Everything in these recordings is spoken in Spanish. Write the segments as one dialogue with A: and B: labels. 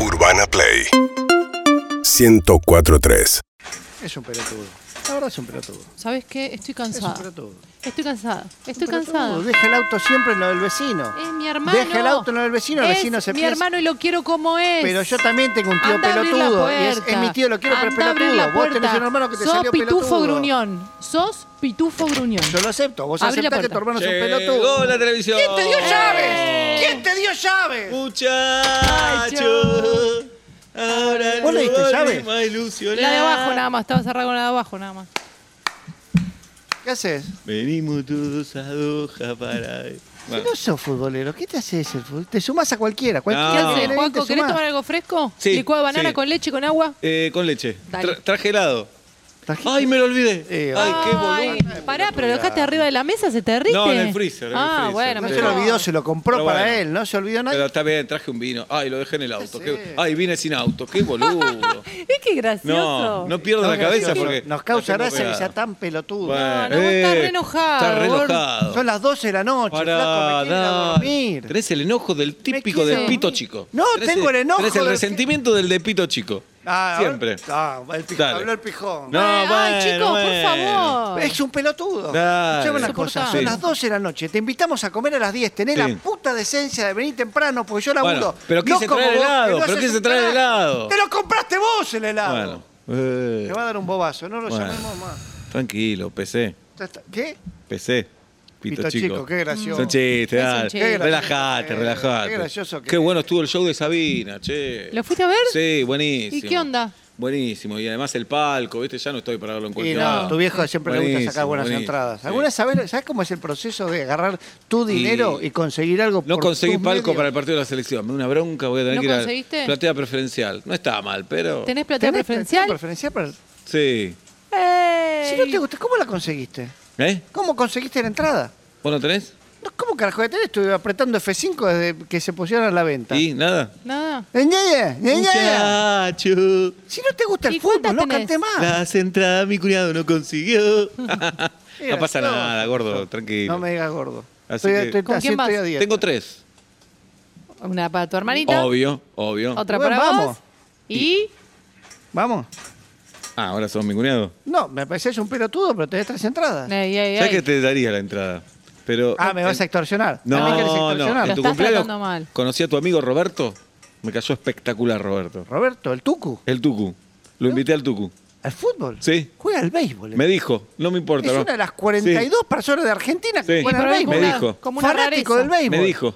A: Urbana Play 104.3
B: Es un pelotudo. La verdad es un pelotudo.
C: ¿Sabes qué? Estoy
B: Es un
C: cansada.
B: pelotudo.
C: Ah. Estoy cansada. Estoy
B: Un pelotudo.
C: cansada.
B: Deja el auto siempre en lo del vecino.
C: Es mi hermano.
B: Deja el auto en lo del vecino, el
C: Es
B: vecino se
C: mi
B: piensa-
C: hermano y lo quiero como es.
B: Pero yo también tengo un tío
C: Anda a abrir la
B: pelotudo. y es,
C: puerta.
B: es mi tío, lo quiero, pero es
C: Anda a abrir
B: pelotudo.
C: la
B: Vos tenés
C: puerta.
B: un hermano que te
C: Sos
B: salió
C: pitufo
B: pelotudo.
C: gruñón. Sos pitufo gruñón.
B: Yo lo acepto. Vos
C: Abrí la
B: aceptás que tu hermano
C: puerta.
B: es un pelotudo.
D: Llegó la televisión.
B: ¿Quién te dio
C: ¡Eh!
B: llaves? ¿Quién te dio llaves?
D: Muchacho. Ahora
B: ¿Vos le diste llaves?
D: a ilusionar.
C: La de abajo nada más. Estaba cerrada con la de abajo nada más.
B: ¿Qué haces?
D: Venimos todos a Doha para... Bueno.
B: No sos futbolero. ¿Qué te haces el fútbol? Te sumás a cualquiera.
C: ¿Qué
B: cualquiera
D: No.
B: que
C: haces,
B: viene bien te
C: Juanco? ¿Querés
B: sumás.
C: tomar algo fresco?
D: Ah. Sí,
C: Licuado de banana
D: sí.
C: con leche, con agua.
D: Eh, con leche.
C: Dale.
D: Tra- traje helado.
B: Trajiste-
D: Ay, me lo olvidé.
B: Eh,
D: Ay, qué
C: Ay,
D: boludo.
C: pará, pero lo dejaste arriba de la mesa, se te riste.
D: No, en el freezer, en el
C: ah,
D: freezer.
C: bueno.
B: No
D: me
B: se lo
D: olvidé.
B: olvidó, se lo compró
D: Pero
B: para
D: bueno.
B: él. No se olvidó nadie.
D: Pero está bien, traje un vino. Ay, lo dejé en el auto.
B: sé.
D: Qué- Ay, vine sin auto. Qué boludo.
C: Es que gracioso.
D: No, no pierdo
B: No,
D: la cabeza
B: gracioso.
D: porque...
B: Nos causa
D: la tengo
B: gracia que
D: pegada. eh,
B: sea tan pelotudo.
C: No, no, vos estás re enojado,
D: Estás re
C: gordo.
D: enojado.
B: Son las 12 de la noche, flaco,
D: Pará,
B: me quiero ir a
D: dale.
B: dormir.
D: Tenés el enojo del típico
B: quiero
D: del
B: dormir.
D: pito chico.
B: No,
D: Tenés
B: tengo el enojo
D: Tenés el
B: del-
D: resentimiento del de pito chico.
B: Ah,
D: Siempre.
B: Ah, el pijón,
D: Dale.
B: habló el pijón.
D: No,
C: Ay,
D: bueno,
C: chicos,
D: bueno.
C: por favor.
B: Es un pelotudo.
D: Dale.
B: Escuchame una cosa,
C: Insoportable.
B: son
D: Sí.
B: las 12 de la noche, te invitamos a comer a las 10, tenés
D: Sí.
B: la puta decencia de venir temprano porque yo laburo.
D: Bueno, pero
B: No
D: quise
B: como
D: traer
B: vos, que
D: helado,
B: no
D: pero
B: haces
D: quise
B: un
D: traer
B: carajo.
D: helado.
B: Te lo compraste vos el helado.
D: Bueno. Eh,
B: Te va a dar un bobazo, no lo
D: Bueno.
B: llamemos más.
D: tranquilo, PC.
B: Ya está. ¿Qué?
D: PC. Pito,
B: Pito chico, qué gracioso.
D: Son chistes,
C: Es un
D: dale.
C: chiste. Qué gracioso
D: Relajate,
B: que es,
D: relajate.
B: Eh, qué gracioso que
D: Qué
B: es.
D: bueno estuvo el show de Sabina, che.
C: ¿Lo fuiste a ver?
D: Sí, buenísimo.
C: ¿Y qué onda?
D: Buenísimo. Y además el palco, ¿viste? Ya no estoy para verlo en
B: Y
D: cualquier
B: no,
D: lado.
B: tu viejo siempre le gusta
D: Buenísimo,
B: sacar buenas
D: buenísimo,
B: entradas.
D: sí.
B: ¿Alguna sabes, sabes cómo es el proceso de agarrar tu dinero y,
D: Y
B: conseguir algo?
D: No
B: por
D: conseguí
B: tus
D: palco
B: medios?
D: para el partido de la selección. Me da Una bronca, voy a tener
C: ¿No
D: que ir a
C: conseguiste?
D: platea preferencial. No está mal, pero.
C: ¿Tenés platea
B: ¿Tenés
C: preferencial?
B: preferencial para el-
D: Sí.
B: Si no te gusta, ¿cómo la conseguiste?
D: ¿Eh?
B: ¿Cómo conseguiste la entrada?
D: ¿Vos no tenés?
B: No, ¿Cómo carajo de tenés? Estuve apretando F5 desde que se pusieron a la venta.
D: ¿Y nada?
C: Nada.
B: Eh, ñaña, ñaña.
D: Muchacho,
B: Si no te gusta
C: ¿Y
B: el fútbol,
C: cuántas
B: no
C: tenés?
B: canté más.
D: las entradas mi cuñado no consiguió.
B: Era
D: no pasa
B: todo.
D: nada, gordo, tranquilo.
B: No me digas gordo.
D: Así
B: estoy,
D: que-
B: estoy-
C: ¿Con
B: así
C: quién vas?
B: estoy a dieta.
D: Tengo tres.
C: Una para tu hermanita.
D: Obvio, obvio.
C: Otra
B: Bueno,
C: para vos.
B: vamos.
C: Y
B: ¿Vamos?
D: Ah, ahora sos mi cuñado.
B: No, me pareces un pelotudo, pero tenés tres entradas.
C: Ey, ey,
D: Ya
C: ey.
D: que te daría la entrada. Pero.
B: Ah, me vas a
D: en-
B: extorsionar.
D: Eh, No,
B: ¿A mí querés
D: no.
B: extorsionar?
D: En tu
C: Lo estás
D: cumpleaños
C: tratando mal.
D: conocí a tu amigo Roberto. Me cayó espectacular, Roberto.
B: Roberto, el tucu.
D: El Tucu. Lo invité al Tucu.
B: ¿Al fútbol?
D: Sí.
B: Juega al béisbol.
D: Me dijo, no me importa.
B: es
D: ¿no?
B: una de las 42 personas de Argentina que
D: Sí.
B: juegan
C: Y
B: al
C: pero es
B: béisbol.
D: Me dijo.
C: como una
B: Fanático
C: rareza.
B: del
D: Sí,
B: béisbol.
D: me dijo.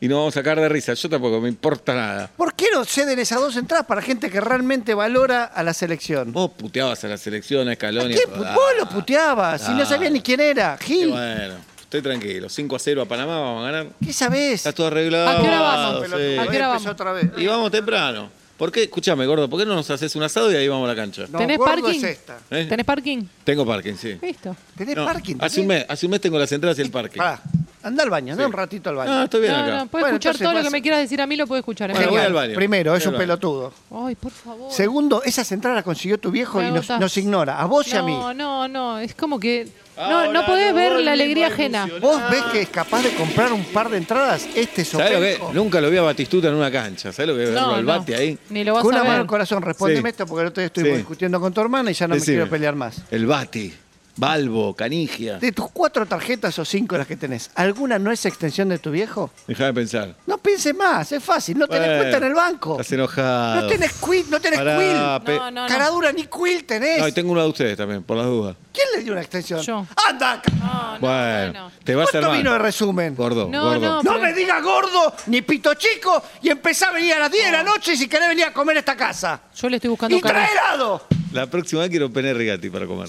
D: Y nos vamos a sacar de risa. Yo tampoco me importa nada.
B: ¿Por qué no ceden esas dos entradas para gente que realmente valora a la selección?
D: Vos puteabas a la selección, a
B: ¿A
D: Scaloni.
B: qué?
D: a- Ah,
B: Vos lo puteabas, si no
D: Dale.
B: sabías ni quién era.
D: Y
B: Gil,
D: Bueno, estoy tranquilo. 5 a 0 a Panamá, vamos a ganar.
B: ¿qué sabés?
D: Está todo arreglado.
C: ¿A qué hora vamos?
D: sí.
C: Pelotudo. ¿A qué hora vamos?
B: otra vez.
D: Y vamos temprano. ¿Por qué? Escuchame, gordo, ¿por qué no nos haces un asado y ahí vamos a la cancha?
B: No,
C: ¿Tenés
B: gordo
C: parking?
B: es esta.
D: ¿Eh?
C: ¿Tenés parking?
D: Tengo parking, sí.
C: Listo.
B: ¿Tenés
D: No,
B: parking?
D: Hace un,
B: ¿Tenés?
D: mes, hace un mes tengo las entradas y el parking.
B: Pará, anda al baño, anda un ratito al baño.
D: No, estoy bien
C: no,
D: acá.
C: no, puedes
B: Bueno,
C: escuchar
B: entonces
C: todo lo
B: vas-
C: que me quieras decir a mí, lo puedes escuchar. ¿eh?
D: Bueno, voy
B: Genial.
D: al baño.
B: Primero,
D: Voy
B: es
D: al
B: un
D: baño.
B: pelotudo.
C: Ay, por favor.
B: Segundo, esas entradas las consiguió tu viejo y
C: Me
B: nos,
C: agotás.
B: nos ignora, a vos y a mí.
C: No, no, no. Es como que. No,
D: Ahora
C: no podés
D: no
C: ver
D: volvimos
C: la alegría
D: a
C: ajena.
D: ilusionar.
B: ¿Vos ves que es capaz de comprar un par de entradas? Este
D: ¿Sabés lo que? es?
B: sopenco.
D: Nunca lo vi a Batistuta en una cancha. ¿Sabés lo que es verlo
C: No,
D: al
C: no.
D: bate ahí?
C: Ni lo vas
B: Con
C: a
B: una
C: ver.
B: mano al corazón, respóndeme
D: Sí.
B: esto porque el otro día estoy
D: Sí.
B: discutiendo con tu hermana y ya no
D: Decime.
B: me quiero pelear más.
D: El bate, Balbo, Canigia.
B: De tus cuatro tarjetas o cinco las que tenés, ¿alguna no es extensión de tu viejo?
D: Déjame pensar.
B: No pienses más, es fácil, no tenés
D: Bueno,
B: cuenta en el banco.
D: Estás enojado.
B: No tenés quit, no tenés
D: Pará,
B: quill.
D: pe-
C: No, no,
B: Caradura ni quill tenés.
D: No, y tengo una de ustedes también, por las dudas.
B: ¿Quién le dio una extensión?
C: Yo.
B: ¡Anda! c-
C: No, no, no,
D: bueno,
C: no.
D: te vas a
B: ¿Cuánto
D: armar.
B: vino de resumen?
D: Gordo,
C: No,
D: gordo.
C: no.
B: No
C: pero-
B: me digas gordo ni pito chico y empezá a venir a las 10 de la noche y si querés venir a comer a esta casa.
C: Yo le estoy buscando
B: ¡Y
C: cara.
B: trae helado!
D: La próxima vez quiero pene regati para comer.